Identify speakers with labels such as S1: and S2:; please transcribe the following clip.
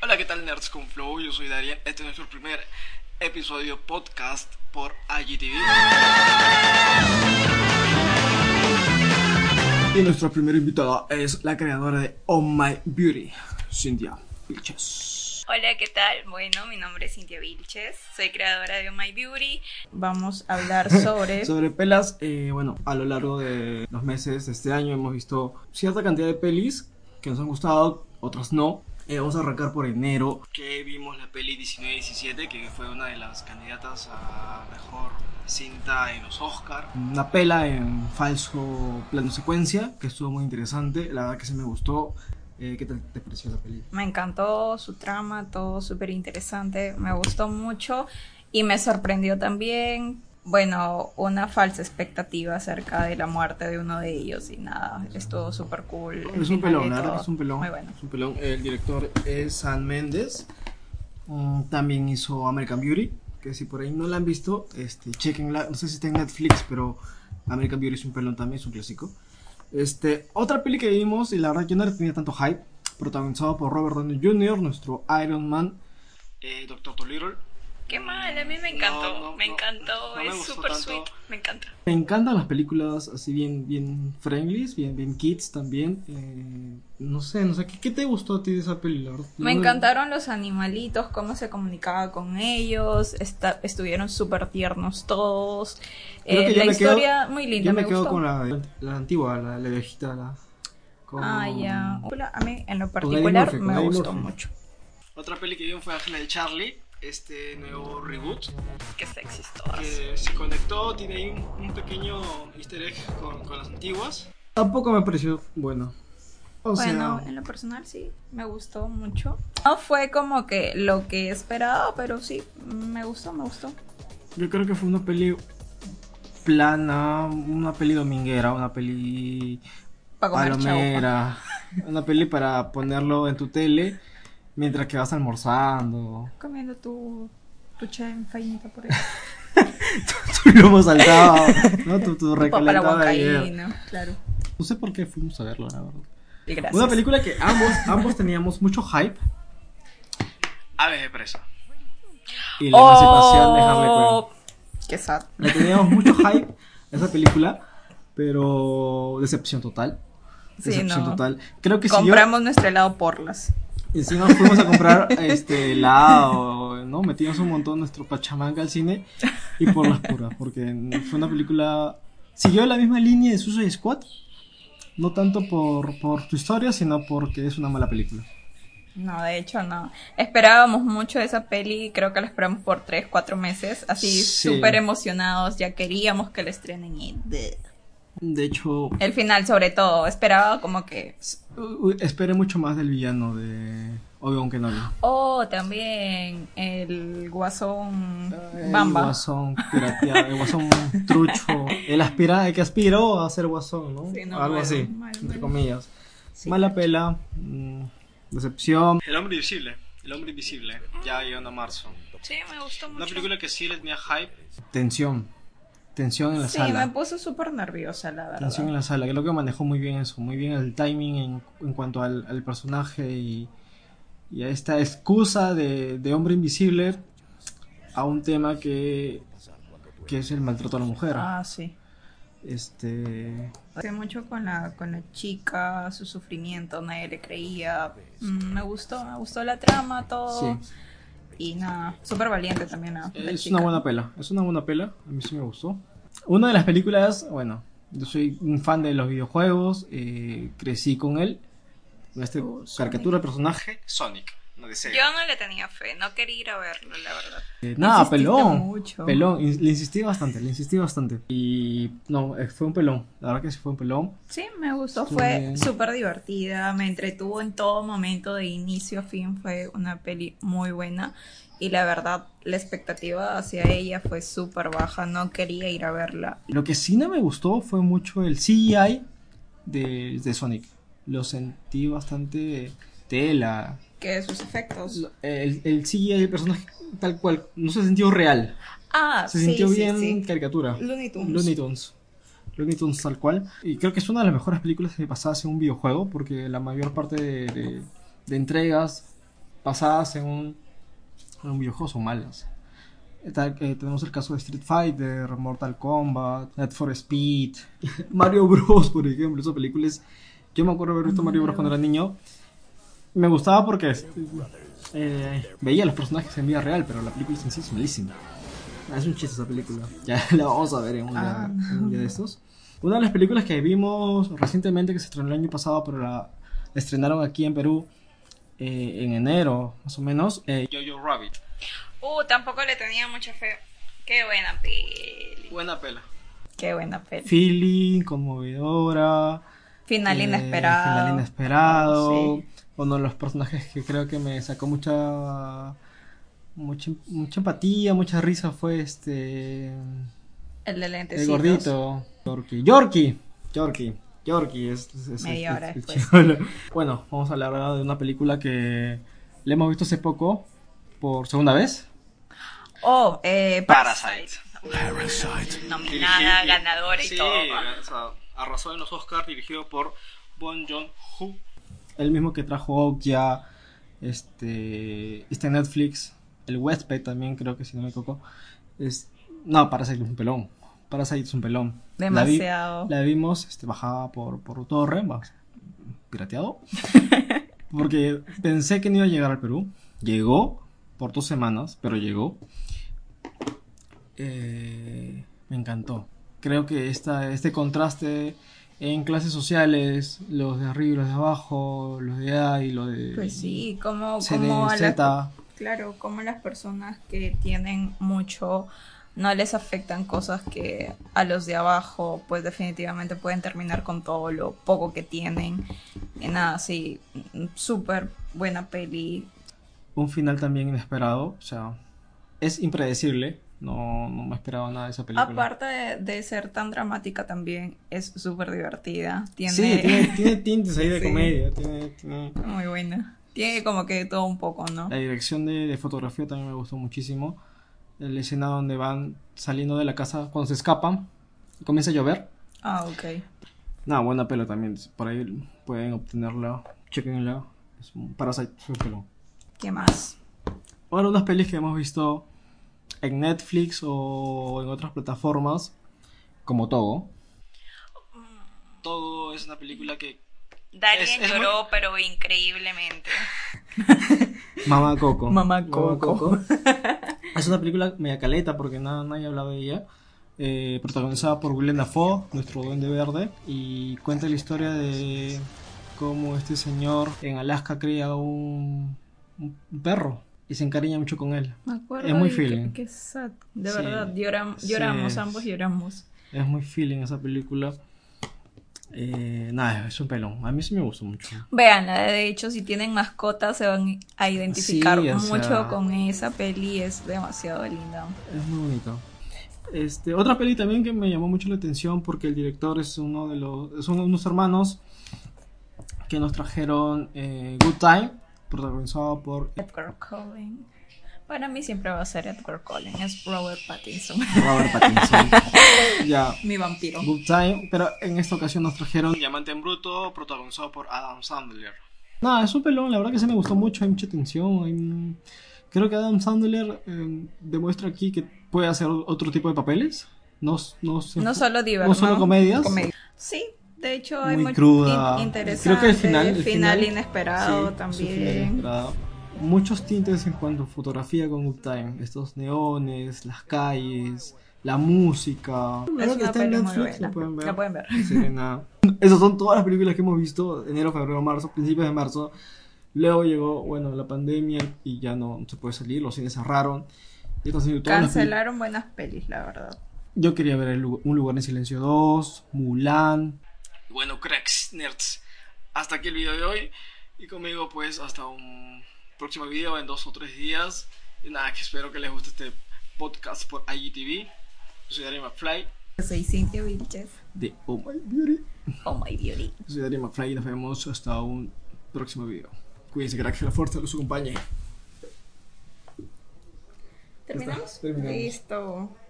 S1: Hola, ¿qué tal Nerds con Flow? Yo soy Darien. Este es nuestro primer episodio podcast por IGTV. Y nuestra primera invitada es la creadora de Oh My Beauty, Cynthia Vilches.
S2: Hola, ¿qué tal? Bueno, mi nombre es Cintia Vilches, soy creadora de Oh My Beauty.
S3: Vamos a hablar sobre...
S1: Sobre pelas, eh, bueno, a lo largo de los meses de este año hemos visto cierta cantidad de pelis que nos han gustado, otras no. Eh, vamos a arrancar por enero. Que vimos la peli 1917, que fue una de las candidatas a mejor cinta en los Oscar. Una pela en falso plano secuencia, que estuvo muy interesante. La verdad que se me gustó. Eh, ¿Qué te, te pareció la peli?
S3: Me encantó su trama, todo súper interesante, me gustó mucho y me sorprendió también, bueno, una falsa expectativa acerca de la muerte de uno de ellos y nada, estuvo súper cool. el
S1: Es un
S3: final
S1: pelón,
S3: y
S1: la verdad
S3: todo.
S1: que es un pelón.
S3: Muy bueno.
S1: Es un pelón. El director es San Méndez. Mm, también hizo American Beauty, que si por ahí no la han visto, este, chequenla. No sé si está en Netflix, pero American Beauty es un pelón también, es un clásico. Este, otra peli que vimos, y la verdad yo no le tenía tanto hype, protagonizado por Robert Downey Jr., nuestro Iron Man, eh, Doctor Dolittle.
S2: Qué mal, a mí me encantó,
S1: No, no,
S2: me
S1: no,
S2: encantó,
S1: no me
S2: es
S1: gustó
S2: súper
S1: tanto.
S2: sweet, me encanta.
S1: Me encantan las películas así bien, bien friendlies, bien, bien kids también. Eh, no sé, no sé, ¿qué, qué te gustó a ti de esa peli? la verdad?
S3: Me
S1: Yo-
S3: encantaron los animalitos, cómo se comunicaba con ellos, esta- estuvieron súper tiernos todos.
S1: Creo
S3: Eh,
S1: que yo
S3: la
S1: me quedo-
S3: historia muy linda.
S1: Yo me,
S3: me,
S1: quedo
S3: gustó.
S1: con la, la antigua, la, la viejita, la. con-
S3: Ah, ya. A mí en lo
S1: Eddie
S3: particular
S1: Murphy, con
S3: me
S1: Eddie
S3: gustó
S1: Murphy.
S3: mucho.
S1: Otra peli que vimos fue Ángela de Charlie, este nuevo reboot,
S2: Qué sexys todas.
S1: que se conectó, tiene ahí un, un pequeño easter egg con, con las antiguas. Tampoco me pareció bueno. O
S3: bueno, en lo personal sí, me gustó mucho. No fue como que lo que esperaba, pero sí, me gustó, me gustó.
S1: yo creo que fue una peli plana, una peli dominguera, una peli
S3: Para comer chaufa.
S1: palomera, una peli para ponerlo en tu tele mientras que vas almorzando.
S3: Comiendo tu, tu chanfainita por ahí.
S1: tu lomo saltado, ¿no? Tu, tu
S3: Tu papa la
S1: recoleta de ayer.
S3: huancaína, claro.
S1: No sé por qué fuimos a verlo, la verdad.
S3: Y gracias.
S1: Una película que ambos, ambos teníamos mucho hype. Aves de presa. Y la emancipación de Harley Quinn.
S3: Oh, Qué sad.
S1: Le teníamos mucho hype a esa película, pero decepción total.
S3: Sí,
S1: Decepción
S3: no.
S1: total. Creo que si yo-
S3: Compramos nuestro helado porlas.
S1: Encima fuimos a comprar este helado, ¿no? Metimos un montón nuestro pachamanca al cine y por las puras, porque fue una película. Siguió la misma línea de Suicide Squad, no tanto por, por su historia, sino porque es una mala película.
S3: No, de hecho no. Esperábamos mucho de esa peli, creo que la esperamos por 3, 4 meses, así
S1: Sí.
S3: súper emocionados, ya queríamos que la estrenen y... bleh.
S1: De hecho,
S3: El final sobre todo, esperaba como que...
S1: s- u- esperé mucho más del villano de Obi-Wan Kenobi.
S3: Oh, también el guasón
S1: El
S3: Bamba.
S1: guasón pirateado, el guasón trucho, el, aspira, el que aspiró a ser guasón, ¿no?
S3: Sí, no,
S1: Algo
S3: malo,
S1: así,
S3: malo,
S1: entre
S3: malo.
S1: comillas.
S3: Sí.
S1: Mala pela, mm, decepción.
S4: El hombre invisible. El hombre invisible. Ya llegando a marzo.
S2: Sí, me gustó
S4: Una
S2: mucho.
S4: película que sí le tenía hype.
S1: Tensión, tensión en la
S3: Sí,
S1: sala.
S3: me puso súper nerviosa, la verdad.
S1: Tensión en la sala, creo que manejó muy bien eso, muy bien el timing en, en cuanto al, al personaje y, y a esta excusa de, de hombre invisible a un tema que, que es el maltrato a la mujer.
S3: Ah, sí.
S1: Este,
S3: Hace mucho con la, con la chica, su sufrimiento, nadie le creía. Mm, me gustó, me gustó la trama, todo.
S1: sí.
S3: Y nada, súper valiente también. la- la
S1: Es
S3: chica.
S1: una buena pela, es una buena pela, a mí sí me gustó. Una de las películas, bueno, yo soy un fan de los videojuegos, eh, crecí con él, con este
S3: Oh, Sonic.
S1: caricatura de personaje.
S4: Sonic. No de Sega.
S2: Yo no le tenía fe, no quería ir a verlo, la verdad.
S1: Eh, nada,
S3: Insististe
S1: pelón,
S3: mucho.
S1: pelón, in- le insistí bastante, le insistí bastante. Y no, eh, fue un pelón, la verdad que sí fue un pelón.
S3: Sí, me gustó,
S1: Estuvo
S3: fue
S1: bien.
S3: súper divertida, me entretuvo en todo momento, de inicio a fin, fue una peli muy buena y la verdad la expectativa hacia ella fue súper baja, no quería ir a verla.
S1: Lo que sí no me gustó fue mucho el CGI de, de Sonic, lo sentí bastante tela.
S3: ¿Qué sus efectos?
S1: El, el CGI del personaje tal cual, no se sintió real.
S3: Ah,
S1: Se
S3: sí,
S1: sintió
S3: sí,
S1: bien
S3: sí.
S1: caricatura.
S3: Looney Tunes.
S1: Looney Tunes. Looney Tunes tal cual. Y creo que es una de las mejores películas basadas en un videojuego, porque la mayor parte de, de- de entregas basadas en un, en un videojuego son malas. Eh, tal- eh, tenemos el caso de Street Fighter, Mortal Kombat, Need for Speed, Mario Bros, por ejemplo. Esas películas. Yo me acuerdo haber visto Mario Bros cuando era niño. Me gustaba porque eh, veía a los personajes en vida real, pero la película en sí es malísima. Ah, Es un chiste esa película. Ya la vamos a ver en un día,
S3: Ah.
S1: en un día de estos. Una de las películas que vimos recientemente, que se estrenó el año pasado, pero la estrenaron aquí en Perú eh, en enero, más o menos. eh,
S4: Jojo Rabbit.
S2: Uh, tampoco le tenía mucha fe. Qué buena peli.
S4: Buena pela.
S3: Qué buena peli.
S1: feeling, conmovedora.
S3: Final
S1: eh,
S3: inesperado. Oh,
S1: Final inesperado.
S3: Sí.
S1: Uno de los personajes que creo que me sacó mucha. Mucha, mucha empatía, mucha risa fue este.
S3: El de
S1: El
S3: lentecitos.
S1: gordito. Yorkie. Yorkie. Yorkie. Yorkie es, es- es-
S3: Media
S1: es-
S3: hora
S1: es-
S3: después.
S1: cholo. Bueno, vamos a hablar ahora de una película que le hemos visto hace poco por segunda vez.
S3: Oh, eh, Parasite.
S4: Parasite.
S2: Nominada,
S4: Dirigi-
S2: ganadora y
S4: sí,
S2: todo.
S4: o sea, arrasó en los Oscars, dirigido por Bon Joon-ho.
S1: El mismo que trajo ya este está en Netflix, el huésped también creo que si no me equivoco. Es no, Parasite es un pelón. Parasite es un pelón. La vi-
S3: Demasiado.
S1: La vimos este, bajada por, por torre, va- pirateado. Porque pensé que no iba a llegar al Perú. Llegó por dos semanas, pero llegó. Eh, me encantó. Creo que esta, este contraste en clases sociales, los de arriba y los de abajo, los de A y los de
S3: Pues sí, como,
S1: C, D,
S3: como a las
S1: Z.
S3: Claro, como las personas que tienen mucho no les afectan cosas que a los de abajo pues definitivamente pueden terminar con todo lo poco que tienen. Y nada, sí, mm, súper buena peli.
S1: Un final también inesperado. O sea, es impredecible. No, no me esperaba nada de esa película.
S3: Aparte de, de ser tan dramática también, es súper divertida. Tiene,
S1: Sí, tiene, tiene tintes ahí de
S3: Sí.
S1: comedia. Tiene, tiene-
S3: Muy buena. Tiene como que de todo un poco, ¿no?
S1: La dirección de, de fotografía también me gustó muchísimo. La escena donde van saliendo de la casa, cuando se escapan, y comienza a llover.
S3: Ah, ok.
S1: Nada, buena pela también. Por ahí pueden obtenerla. Chequenla. Es un Parasite, su pelón.
S3: ¿Qué más?
S1: Ahora unas pelis que hemos visto en Netflix o en otras plataformas, como Togo.
S4: Todo es una película que
S2: Darien
S4: Es- es
S2: lloró, pero increíblemente.
S1: Mamá Coco.
S3: Mamá Coco.
S1: es una película media caleta porque nada, nadie ha hablado de ella. Eh, protagonizada por Willem Dafoe, nuestro duende verde, y cuenta la historia de cómo este señor en Alaska cría un, un perro y se encariña mucho con él.
S3: Me acuerdo.
S1: Es muy
S3: y
S1: feeling.
S3: Qué, qué sad. De
S1: Sí,
S3: verdad, lloram-
S1: sí
S3: lloramos,
S1: es.
S3: ambos lloramos.
S1: Es muy feeling esa película. Eh, nada, es un pelón. A mí sí me gustó mucho.
S3: Véanla, de hecho, si tienen mascotas se van a identificar
S1: Sí, o
S3: mucho
S1: sea-
S3: con esa peli, es demasiado linda.
S1: Es muy bonito. Este, otra peli también que me llamó mucho la atención porque el director es uno de los son unos hermanos que nos trajeron eh, Good Time, protagonizado por
S3: Edgar Collin. Para mí siempre va a ser Edgar Collin, es Robert Pattinson.
S1: Robert Pattinson. ya,
S3: Mi vampiro.
S1: Good Time, pero en esta ocasión nos trajeron
S4: Diamante en Bruto, protagonizado por Adam Sandler.
S1: Nada, es un pelón, la verdad que se me gustó mucho, hay mucha tensión. hay un- Creo que Adam Sandler eh, demuestra aquí que puede hacer otro tipo de papeles. No, s- no, se-
S3: No solo Diver,
S1: No solo comedias.
S3: Comedia. Sí, de hecho hay
S1: Muy
S3: mucho
S1: cruda.
S3: in- interesante.
S1: Creo que el final- el
S3: final
S1: final-
S3: inesperado
S1: Sí,
S3: también.
S1: sí, final inesperado. Muchos tintes en cuanto a fotografía con Good Time. Estos neones, las calles, la música.
S3: Es
S1: Creo que
S3: una
S1: está en
S3: peli muy
S1: Netflix,
S3: buena.
S1: la pueden ver.
S3: La pueden ver.
S1: Serena. Esas son todas las películas que hemos visto enero, febrero, marzo, principios de marzo. Luego llegó, bueno, la pandemia y ya no se puede salir, los cines cerraron. Y entonces, todas las peli-
S3: Cancelaron buenas pelis, la verdad.
S1: Yo quería ver El Lu- Un Lugar en Silencio 2, Mulan.
S4: Y Bueno, cracks, nerds. Hasta aquí el video de hoy. Y conmigo, pues, hasta un próximo video en dos o tres días. Y nada, que espero que les guste este podcast por IGTV. Yo soy Darío McFly.
S3: Yo soy Cintia Vilches.
S1: De Oh My Beauty.
S3: Oh my beauty.
S1: Yo soy Darío McFly y nos vemos hasta un próximo video. Cuídense, cracks, que la fuerza los acompañe.
S3: ¿Terminamos?
S1: terminamos.
S3: Listo.